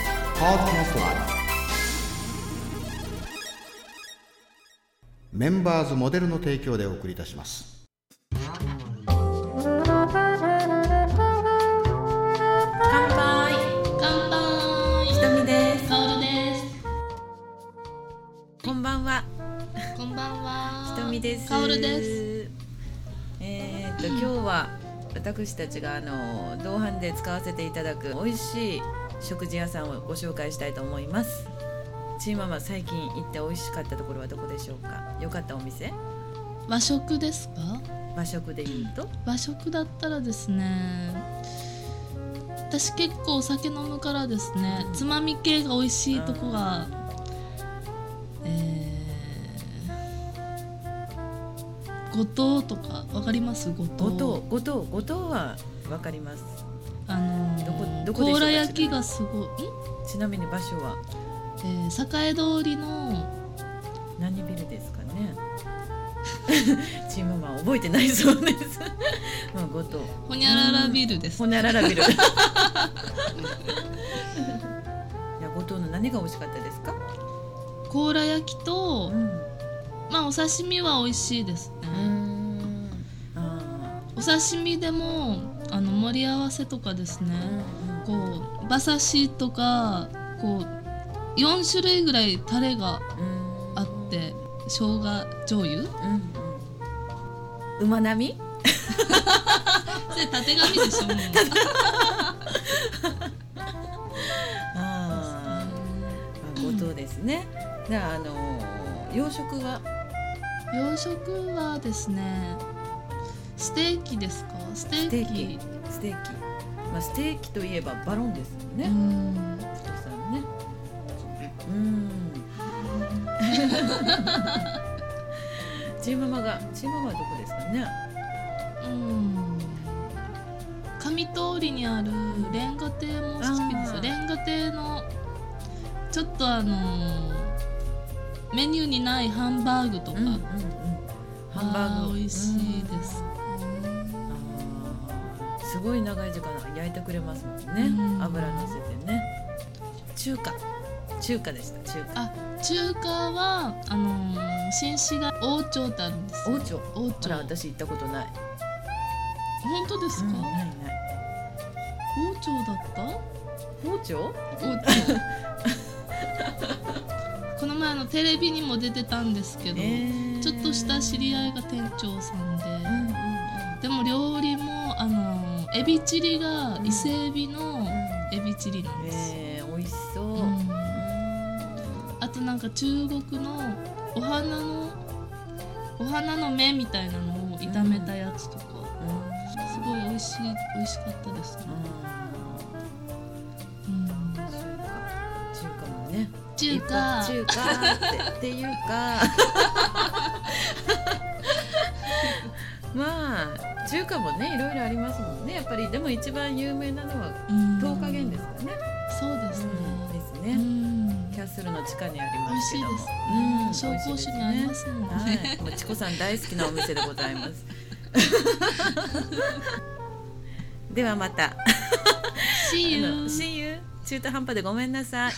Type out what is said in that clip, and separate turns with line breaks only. Podcast Live メンバーズモデルの提供でお送りいたします
乾杯
乾杯
ひとみです
カオルです
こんばんは
こんばんは
ひとみです
カオルです
えーっと今日は私たちがあの同伴で使わせていただく美味しい食事屋さんをご紹介したいと思いますちーママ最近行って美味しかったところはどこでしょうか良かったお店
和食ですか
和食で言うと
和食だったらですね私結構お酒飲むからですねつまみ系が美味しいとこがえー、後藤とかわかります後藤
五島五島五島はわかります
あのー
どこどこでしょう
甲羅焼きがすごいん、
ちなみに場所は
えー、栄通りの
何ビルですかね チーママは覚えてないそうです まあ五島
ほにゃららビルです
ほにゃららビル。いや、後藤の何が美味しかったですか。
甲羅焼きと、まあお刺身は美味しいですね、
ん。あ
お刺身でもあの盛り合わせとかですね
あ。、
こう馬刺しとかこう4種類ぐらいタレが
うん
あっ。て生姜醤油
うんうん。うまなみ。
それたてがみでし ょもう
ああ、後藤ですね。じゃあ、あのー、洋食は。
洋食はですねステーキですかステーキ
ステーステーキ。まあ、ステーキといえば、バロンですよ
う
ね。
ん
後藤さんね。うん。チーママが、チーママはどこですかね。
うん上通りにあるレンガ亭も好きです
あー
よレンガ亭のちょっとあのーメニューにないハンバーグとか、
うんうんうん、ハンバー
あ
グ
美味しいで
う
す、
んあーすごい長い時間焼いてくれますもんね
うん
油のせてね中華中華でした中華
中華はあのー新市街王朝ってあるんですよ
王朝
王
ほ
朝
ら私行ったことない、
本当ですか、
ない
王
ない
朝だった
包丁
王 朝この前のテレビにも出てたんですけど、ちょっとした知り合いが店長さんで、
うんうんうん
でも料理もあのエビチリが伊勢エビのエビチリなんですよ、
えー、美味しそう、う
うん
ん
あとなんか中国のお花のお花の芽みたいなのを炒めたやつとか、すごい美味しい美味しかったですね、うん
中華中華もね
中華
中華ってっていうか まあ中華もねいろいろありますもんねやっぱりでも一番有名なのは
うん
東加減ですかね、
そうですね、
です
う
ね、
ん
キャッスルの地下にあり
美
ま
味
す
し
け
い
ど
で
も
す、
うん
紹興酒に合いますもんね
はい、もうチコさん大好きなお店でございます。ではまた。
See
あの
you
See you 中途半端でごめんなさい。